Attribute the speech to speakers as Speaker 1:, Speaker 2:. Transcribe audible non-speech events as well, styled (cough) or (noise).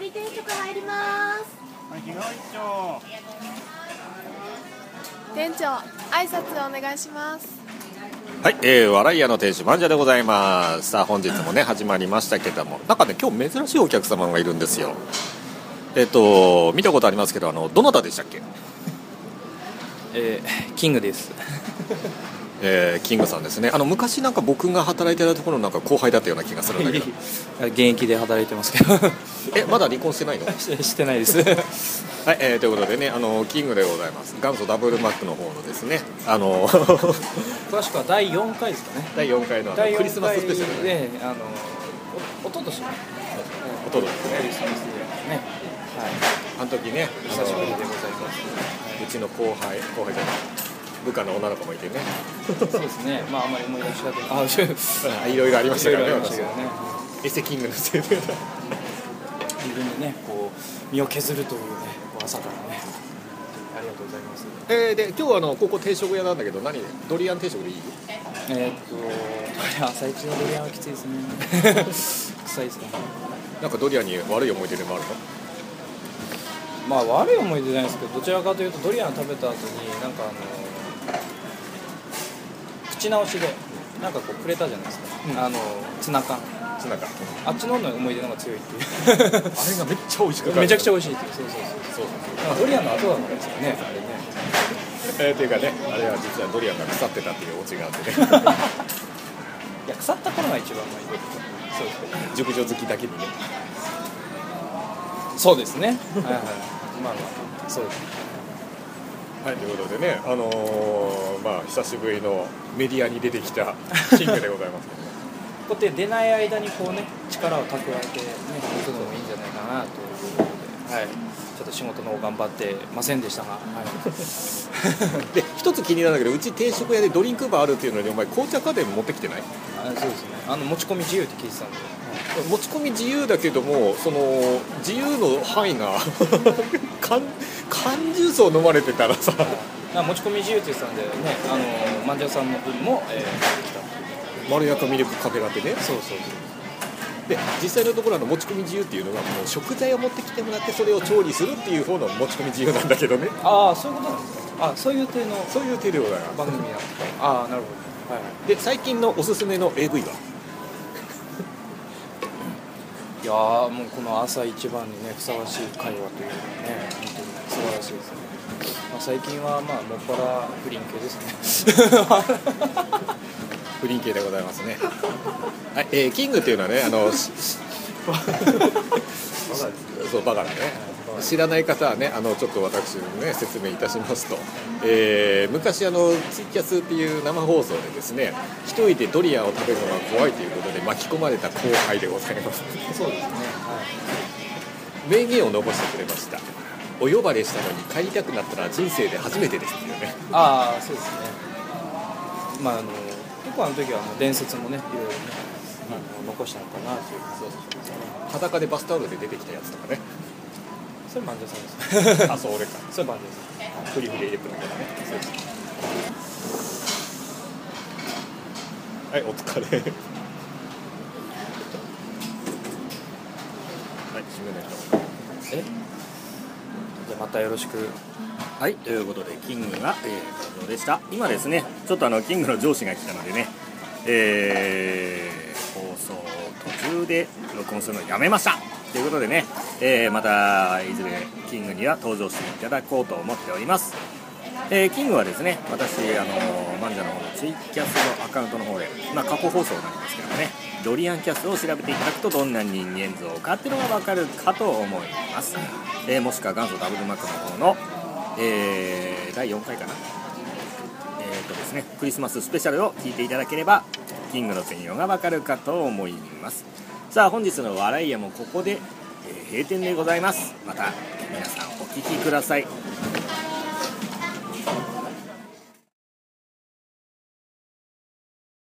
Speaker 1: り定食入ります
Speaker 2: はい、日替わりっしょ
Speaker 3: 店長挨拶お願いします
Speaker 4: はい、えー、笑い屋の店主マンジャでございますさあ本日もね始まりましたけどもなんかね今日珍しいお客様がいるんですよえっと見たことありますけどあのどなたでしたっけ
Speaker 5: えーキングです
Speaker 4: えー、キングさんですねあの昔なんか僕が働いてたところのなんか後輩だったような気がするんだ
Speaker 5: (laughs)
Speaker 4: けど
Speaker 5: 現役で働いてますけど (laughs)
Speaker 4: えまだ離婚してないのは
Speaker 5: ししてないです
Speaker 4: い、えー、ということでねあのキングでございます元祖ダブルマックの方のですねあの (laughs)
Speaker 5: 詳しくは第4回ですかね
Speaker 4: 第4回のあの
Speaker 5: 第4
Speaker 4: ク
Speaker 5: 回
Speaker 4: リスマススペシャルね
Speaker 5: であのおおととしの
Speaker 4: おとどですね
Speaker 5: クリスマスでね
Speaker 4: あの時ね
Speaker 5: はい久しぶりでございます
Speaker 4: うちの後輩後輩じゃない部下の女の子もいてね
Speaker 5: そうですねまああんまり思い出しがああそう
Speaker 4: あいろいろありましたから
Speaker 5: い
Speaker 4: ね
Speaker 5: ろいろありましたけどね
Speaker 4: エセキングのせいで
Speaker 5: 自分でねこう身を削るというねこう朝からねありがとうございます
Speaker 4: (laughs) えー、で今日はあのここ定食屋なんだけど何ドリアン定食でいい
Speaker 5: えー、っと (laughs) これ朝一のドリアンはきついですね (laughs) 臭いですね
Speaker 4: なんかドリアンに悪い思い出でもあるの
Speaker 5: まあ悪い思い出じゃないですけどどちらかというとドリアン食べた後になんかあの口直しでなんかこうくれたじゃないですか、あのツナ缶
Speaker 4: ツナが
Speaker 5: あっちの方の思い出の方が強い (laughs) っていう
Speaker 4: あれがめっちゃ美味しく
Speaker 5: めちゃくちゃ
Speaker 4: 美
Speaker 5: 美味しいっていうそうそう
Speaker 4: 味しいそうそう
Speaker 5: そうなんかドリアンの後だもんですよねあれね
Speaker 4: そう、えー、というかねあれは実はドリアンが腐ってたっていうオチがあってね
Speaker 5: (laughs)
Speaker 4: (laughs)
Speaker 5: いや腐った頃が一番うまいそうですね
Speaker 4: 熟女好きだけにね
Speaker 5: そうですねはいはいまあまあそうです
Speaker 4: はいということでねあのー、まあ久しぶりのメディアに出てきたキングでございますけどね
Speaker 5: こうやって出ない間にこうね力を蓄えてねいくのもいいんじゃないかなということで、はい、ちょっと仕事の方頑張ってませんでした (laughs) が、はい、
Speaker 4: で一つ気になるんだけどうち定食屋でドリンクバーあるっていうのにお前紅茶家電持ってきてない
Speaker 5: あそうですねあの持ち込み自由って聞いてたんで、
Speaker 4: 持ち込み自由だけどもその自由の範囲が (laughs) 缶缶ジュースを飲まれてたらさ
Speaker 5: なんか持ち込み自由って言ってたんでねあのマンジャさんの分も、えー、持ってきたっていう
Speaker 4: まろやかミルクかけラテね
Speaker 5: そうそうそう
Speaker 4: で実際のところあの持ち込み自由っていうのがもう食材を持ってきてもらってそれを調理するっていう方の持ち込み自由なんだけどね
Speaker 5: ああそういうことなんですかあそういう体の
Speaker 4: そういう手でございま
Speaker 5: 番組なんですかああなるほど、はいはい
Speaker 4: すで最近のおすすめの AV はい
Speaker 5: やーもうこの朝一番にねふさわしい会話というのはね本当に素晴らしいですね、まあ、最近はまあもっぱら不倫系ですね (laughs)
Speaker 4: 不倫系でございますね、 (laughs) はいえーキングっていうのはねあ
Speaker 5: (laughs)
Speaker 4: のししそうバカだね知らない方はねあのちょっと私ね説明いたしますと、えー昔あのツイキャスっていう生放送でですね一人でドリアンを食べるのが怖いということで巻き込まれた後輩でございます
Speaker 5: そうですねは
Speaker 4: 名言を残してくれましたお呼ばれしたのに帰りたくなったら人生で初めてですっていうね
Speaker 5: いああそうですねまああの結構あの時はもう伝説もねいろいろねあの残したのかなというそうですね
Speaker 4: 裸でバスタオルで出てきたやつとかね
Speaker 5: それ万丈さんです
Speaker 4: (laughs) あそう俺か
Speaker 5: それ万丈さん
Speaker 4: フリフリエイプだからねはいお疲れはい締めないと
Speaker 5: えじゃあまたよろしく
Speaker 2: はい、ということでキングが、えー、登場でした今ですねちょっとあのキングの上司が来たのでねえー、放送途中で録音するのをやめましたということでね、えー、またいずれキングには登場していただこうと思っておりますえーキングはですね私あのーマンジャの方のツイキャスのアカウントの方で、まあ、過去放送なんですけどもねドリアンキャスを調べていただくとどんな人間像かっていうのが分かるかと思います、えーもしくは元祖ダブルマックの方の、えー第4回かなえーとですね、クリスマススペシャルを聞いていただければキングの専用がわかるかと思いますさあ本日の笑い屋もここで、えー閉店でございますまた皆さんお聞きください